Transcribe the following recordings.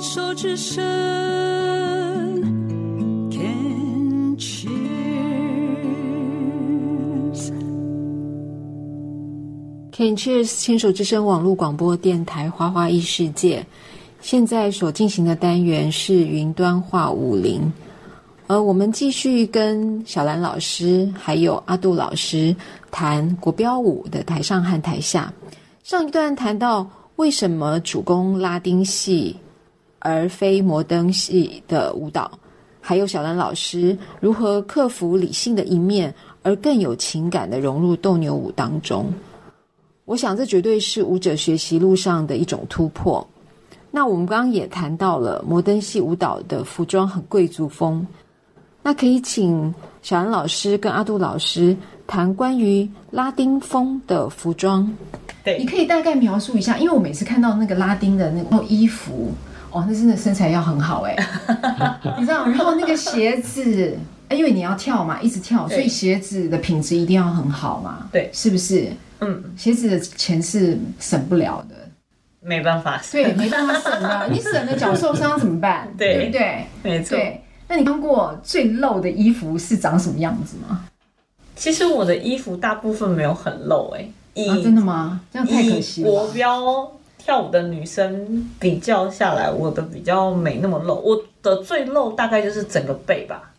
手之声，Can cheers。 Can Cheers 牵手之声网络广播电台《花花异世界》，现在所进行的单元是云端化五零，呃，我们继续跟小兰老师还有阿杜老师谈国标舞的台上和台下。上一段谈到为什么主攻拉丁系而非摩登系的舞蹈，还有小兰老师如何克服理性的一面，而更有情感的融入斗牛舞当中。我想这绝对是舞者学习路上的一种突破。那我们刚刚也谈到了摩登系舞蹈的服装很贵族风，那可以请小安老师跟阿杜老师谈关于拉丁风的服装。你可以大概描述一下，因为我每次看到那个拉丁的那个衣服，哦，那真的身材要很好哎、你知道？然后那个鞋子，哎因为你要跳嘛，一直跳，所以鞋子的品质一定要很好嘛，对是不是？嗯，鞋子的钱是省不了的，没办法，对，没办法省的， 你省了脚受伤怎么办？对对不对？没错。对，那你看过最露的衣服是长什么样子吗？其实我的衣服大部分没有很露诶、以、啊，真的吗？这样太可惜以了国吧。标跳舞的女生比较下来，我的比较没那么露，我的最露大概就是整个背吧，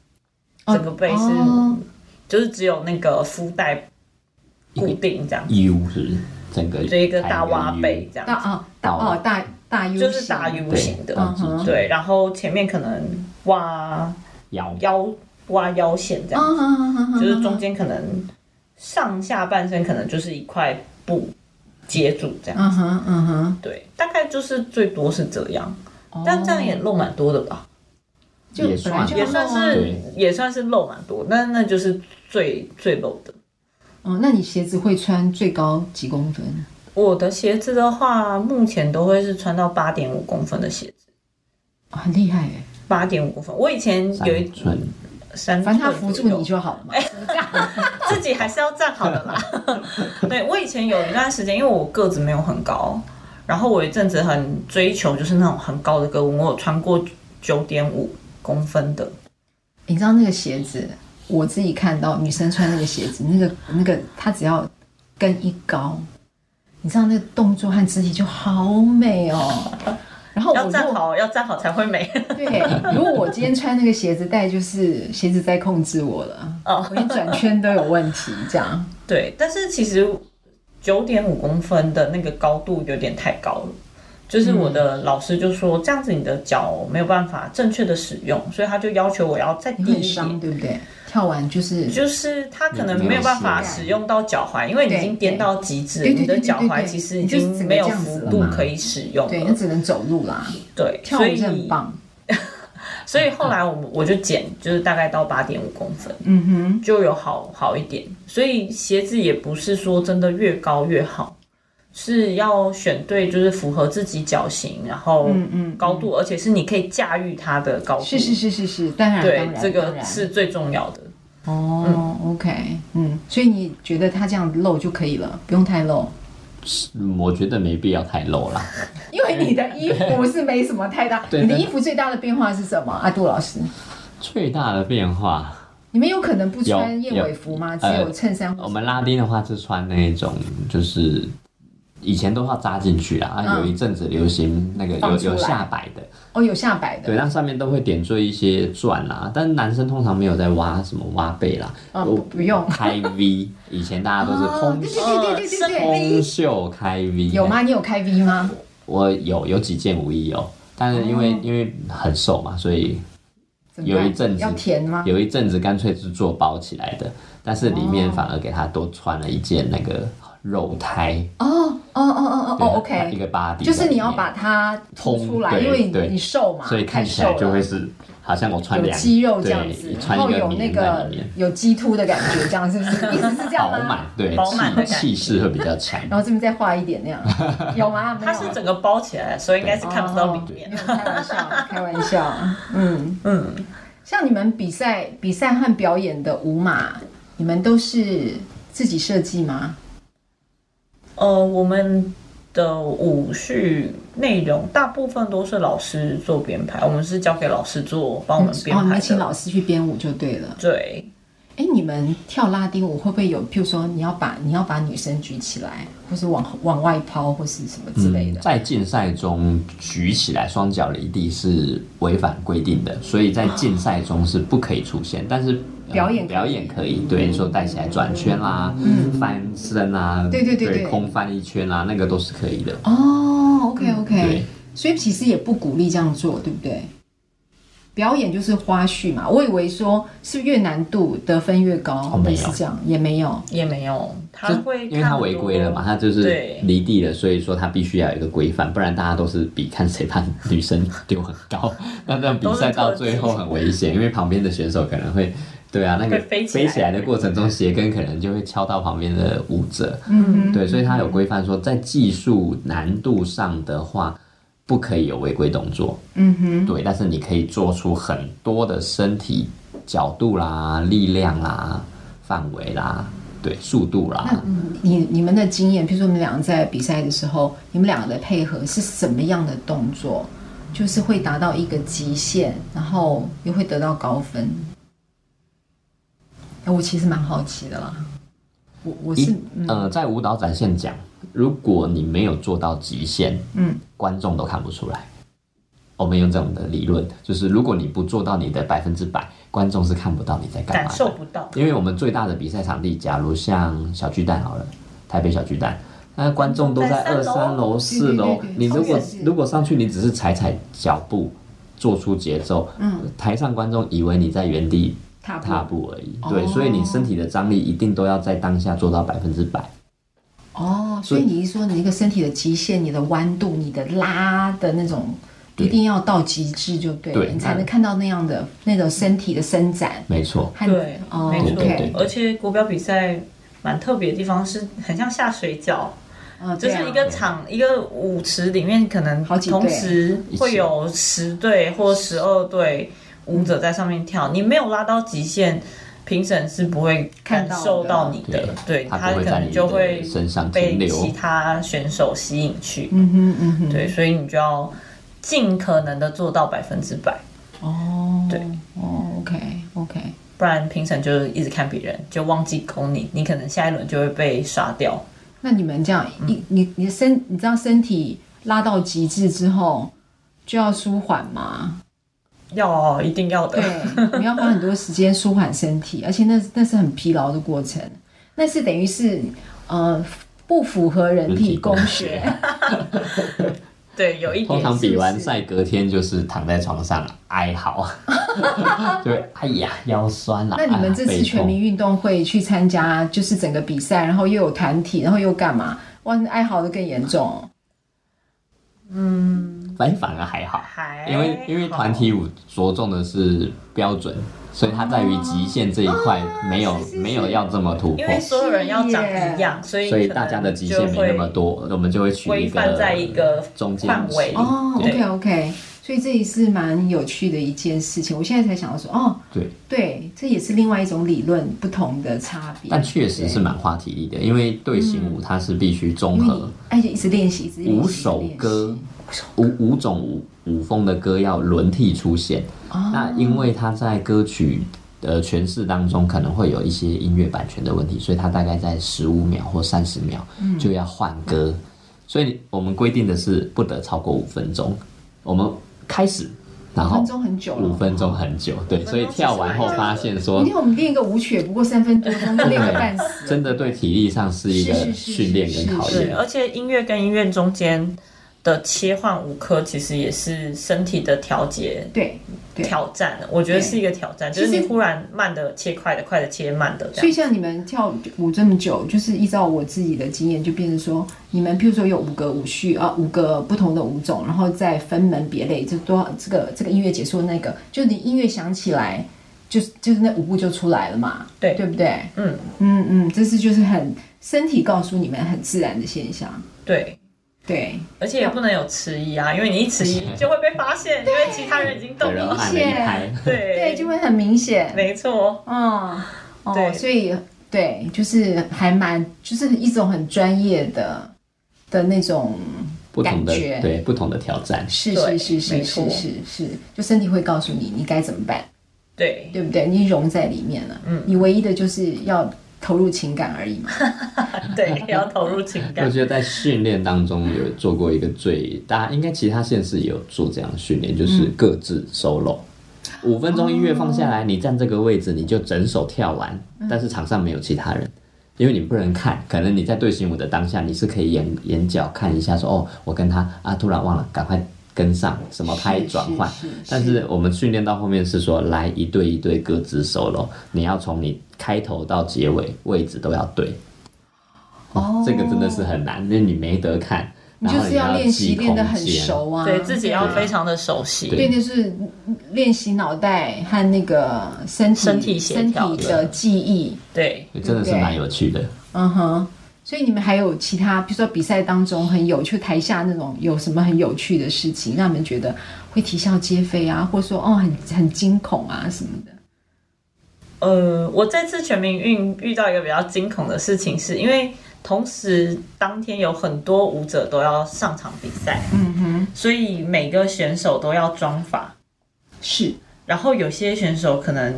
哦整个背是、哦就是只有那个肤带固定这样， U 是不是整个就一个大蛙背这大样，啊大大哦大大 U 就是型大 U 对型的，嗯哼对，然后前面可能挖腰腰挖腰线这样，啊啊啊啊啊就是中间可能上下半身可能就是一块布接住这样，嗯哼嗯哼，对，大概就是最多是这样，哦但这样也露蛮多的吧，就也本来算就啊也算是对也算是露蛮多，但那就是最最露的。哦，那你鞋子会穿最高几公分？我的鞋子的话，目前都会是穿到八点五公分的鞋子，哦很厉害哎，八点五公分。我以前有一三三寸左右，寸，反正它扶住你就好了嘛。自己还是要站好的啦。 对我以前有一段时间，因为我个子没有很高，然后我有一阵子很追求就是那种很高的歌舞，我有穿过九点五公分的，哦你知道那个鞋子，我自己看到女生穿那个鞋子，那个那个她只要跟一高，你知道那个动作和肢体就好美 哦。然后我要如站果好，要站好才会美。 对，如果我今天穿那个鞋子带，就是鞋子在控制我了，哦我连转圈都有问题，这 样。对，但是其实九点五公分的那个高度有点太高了，就是我的嗯老师就说、这样子你的脚没有办法正确的使用，所以他就要求我要再低你很一伤，点。对不对？跳完就是就是他可能嗯没有没有办膝法盖使用到脚踝，因为你已经对颠到极致了，对对你的对对脚对踝对其实你已就是经整个没有这样子幅了度嘛可以使用对，那了。只能走路啦。对，跳所舞以是很棒，所以后来我们我就减，就是大概到八点五公分嗯哼，就有好好一点。所以鞋子也不是说真的越高越好，是要选对，就是符合自己脚型，然后嗯嗯嗯高度，而且是你可以驾驭它的高度。是是是是是，当然对当，然，这当个然是最重要的。哦，OK，嗯，所以你觉得他这样露就可以了，不用太露，嗯我觉得没必要太露啦。因为你的衣服是没什么太大， 对你的对衣服最大的变化是什么？阿杜老师，最大的变化，你们有可能不穿有呃燕哦尾服吗？有只有衬衫或我是们拉丁的话是穿那种就是。以前都要扎进去啦，啊，嗯有一阵子流行那个放有出来有下摆的，哦，有下摆对，的，那上面都会点缀一些钻啦，但男生通常没有在挖什么挖背啦，啊，我不不用，开 V，以前大家都是哦，空对对对对对对对，空袖开 V，有？吗？你有开 V 吗？我有有几件舞衣有，但是因哦为、因为很瘦嘛，所以怎么办有一阵子要填吗？有一阵子干脆是做包起来的，但是里面反而给他多穿了一件那个肉胎。哦哦哦哦哦哦对一，OK，个 body，就是你要在里面把它凸出来，通对因为对你你瘦嘛，所以看太起来瘦就了会是好像我穿有两肌肉这样子对，穿然后一个有那棉在个啊里面，有肌突的感觉，这样是不是？意思是这样 饱吗？满，对，饱满的气感觉气势会比较强。然后这边再画一点那 样，有吗？没有啊它是整个包起来，所以应该是看不到里面没。有开玩笑，开玩笑，嗯嗯，像你们比赛、比赛和表演的舞码，你们都是自己设计吗？呃，我们的舞序内容大部分都是老师做编排，我们是交给老师做帮我们编哦，你排们请的。老师去编舞就对了。对，哎，你们跳拉丁舞会不会有，譬如说你要把你要把女生举起来，或是往往外抛，或是什么之类嗯，的？在竞赛中举起来双脚离地是违反规定的，所以在竞赛中是不可以出现，但是。呃表演可以嗯表演可以，对，你说带起来转圈啦，翻身啊，对对对对空翻一圈啊，那个都是可以的。哦，OK OK，嗯对所以其实也不鼓励这样做，对不对？表演就是花絮嘛，我以为说是越难度得分越高，哦会不没会有是这样？也没有，也没有，他就会因为他看违多规了嘛，他就是对离地了，所以说他必须要有一个规范，不然大家都是比看谁把女生丢很高， 那这样比赛到最后很危险，因为旁边的选手可能会。对啊，那个会飞起来飞起来的过程中，鞋跟可能就会敲到旁边的舞者。嗯，对，所以他有规范说，在技术难度上的话，不可以有违规动作。嗯哼，对，但是你可以做出很多的身体角度啦、力量啦、范围啦、对速度啦。你你们的经验，譬如说你们两个在比赛的时候，你们两个的配合是什么样的动作，就是会达到一个极限，然后又会得到高分？哎我其实蛮好奇的啦，我我是嗯一呃，在舞蹈展现讲，如果你没有做到极限，嗯，观众都看不出来。我们用这种的理论，就是如果你不做到你的百分之百，观众是看不到你在干感嘛的。受不到。因为我们最大的比赛场地，假如像小巨蛋好了，台北小巨蛋，那观众都在在二三楼三楼、四楼对对对，你如好果远是如果上去，你只是踩踩脚步，做出节奏，嗯，台上观众以为你在原地踏步踏步而已，哦对，所以你身体的张力一定都要在当下做到百分之百。哦，所以所以你一说你那个身体的极限、你的弯度、你的拉的那种，对一定要到极致就对了，对你才那能看到那样的那种身体的伸展。没 错，和对，哦没错。对对，OK，对而且国标比赛蛮特别的地方是，很像下水饺，嗯，就对啊是一个场、一个舞池里面，可能好几队啊同时会有十队或十二队舞嗯者在上面跳，你没有拉到极限。评审是不会看感到的受到你的，对他他不可会在能你就会的身上停被留其。他选手吸引去，嗯哼嗯哼，对，所以你就要尽可能的做到百分之百，哦，对，哦，OK OK，不然评审就一直看别人，就忘记勾你，你可能下一轮就会被刷掉。那你们这样，你你你的身，你知道身体拉到极致之后就要舒缓吗？要啊一定要的对，我们要花很多时间舒缓身 体，而且那那是很疲劳的过程，那是等于是呃不符合人体工学。 对，有一通点常比是完不是赛隔天就是躺在床上哀嚎，就会哎呀腰酸了。那你哎呀们这次背全痛民运动会去参加，就是整个比赛，然后又有团体，然后又干嘛？哇，那哀嚎的更严重。反反而还好，还因为因为团体舞着重的是标准，所以它在于极限这一块没有、是是是没有要这么突破因，为所有人要长一样，所以所以可能大家的极限没那么多，我们就会取规一范个在一个中间范围值哦嗯对，OK OK，所以这也是蛮有趣的一件事情。我现在才想到说，哦，对，对，这也是另外一种理论不同的差别。但确实是蛮花体力的，因为队形舞它是必须因综为合你而且一直练习，一直练习五首嗯歌，五五种舞舞风的歌要轮替出现。那因为它在歌曲的诠释当中可能会有一些音乐版权的问题，所以它大概在十五秒或三十秒就要换歌。所以我们规定的是不得超过五分钟。我们开始，然五后分钟很久了五分钟很久，对，所以跳完后发现说你看我们练一个舞曲也不过三分多钟，就练个半死。真的对体力上是一个是是是训练是跟考是验对，。而且音乐跟音乐中间的切换舞科，其实也是身体的调节。对对。挑战，我觉得是一个挑战，其就实是你忽然慢的切快的，快的切慢的这所以样。像你们跳舞这么久，就是依照我自己的经验，就变成说，你们譬如说有五个舞序啊，五个不同的舞种，然后再分门别类，就多这个这个音乐结束那个，就你音乐响起来，就是就是那舞步就出来了嘛，对对不对？嗯嗯嗯，这是就是很身体告诉你们很自然的现象，对，对，而且也不能有迟疑啊，因为你一迟疑就会被发现，因为其他人已经动对，然啊后了。按了一拍。对对，就会很明显，没错，嗯，哦，对所以对，就是还蛮，就是一种很专业的的那种不同的感觉对不同的挑战，是对是是是没是错是是，就身体会告诉你你该怎么办，对，对不对？你融在里面了，嗯，你唯一的就是要投入情感而已嘛。对，要投入情我感。觉得在训练当中有做过一个最大，应该其他县市也有做这样的训练，就是嗯各自 solo，五、分钟音乐放下哦来，你站这个位置你就整首跳完，嗯但是场上没有其他人。因为你不能看，可能你在队形舞的当下，你是可以眼眼角看一下说哦，我跟他啊，突然忘了，赶快跟上，什么拍是转换是是。但是我们训练到后面是说，来一对一对各自 solo，你要从你开头到结尾位置都要对，哦这个真的是很难，因为你没得看，你然就后是你要要练习记练得空很间熟啊，对自己要对非常的熟悉，对对，就是练习脑袋和那个身体身体协身调体的记忆，对，真的是蛮有趣的。嗯哼。所以你们还有其他，比如说比赛当中很有趣，台下那种有什么很有趣的事情，让你们觉得会啼笑皆非啊，或者说哦很很惊恐啊什么的。呃，我这次全民运遇到一个比较惊恐的事情是，因为同时当天有很多舞者都要上场比赛，嗯哼，所以每个选手都要装法。是然后有些选手可能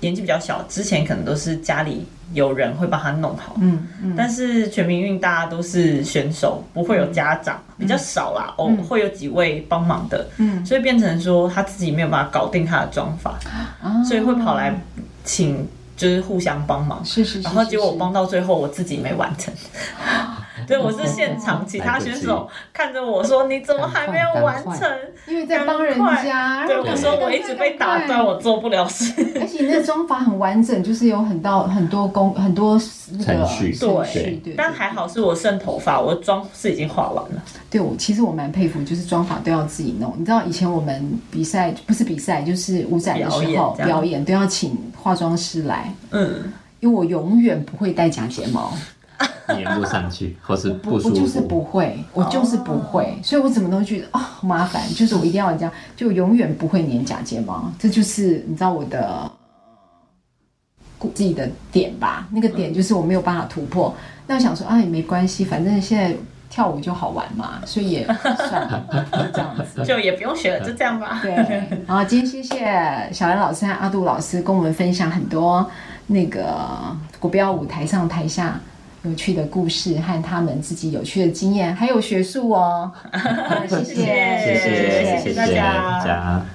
年纪比较小，之前可能都是家里有人会帮他弄好，嗯嗯但是全民运大家都是选手，不会有家长，比较少啦，偶、会有几位帮忙的，嗯所以变成说他自己没有办法搞定他的妆法，啊所以会跑来请就是互相帮忙。是是是，然后结果我是帮到最后，我自己没完成。对，我是现场其他选手看着我说：“你怎么还没有完赶快成因为在帮人家，？”对，然后我说我一直被打断，我做不了事。而且你的妆法很完整，就是有很到很多工很多那个程序程对序对，但还好是我剩头发，我的妆是已经化完了。对我其实我蛮佩服，就是妆法都要自己弄。你知道以前我们比赛不是比赛，就是舞展的时候表演这样表演都要请化妆师来，嗯，因为我永远不会戴假睫毛，粘不上去，或是我不我舒就是不服。会，我就是不会，所以我怎么都觉得啊、好麻烦，就是我一定要这样，就永远不会粘假睫毛，这就是你知道我的自己的点吧，那个嗯点就是我没有办法突破。那我想说，啊，也没关系，反正现在跳舞就好玩嘛，所以也算了，就这样子。就也不用学了，就这样吧。对，好，今天谢谢小兰老师和阿杜老师跟我们分享很多那个国标舞台上台下有趣的故事和他们自己有趣的 经验，还有学术哦。好谢谢，谢谢谢谢谢谢大家大家。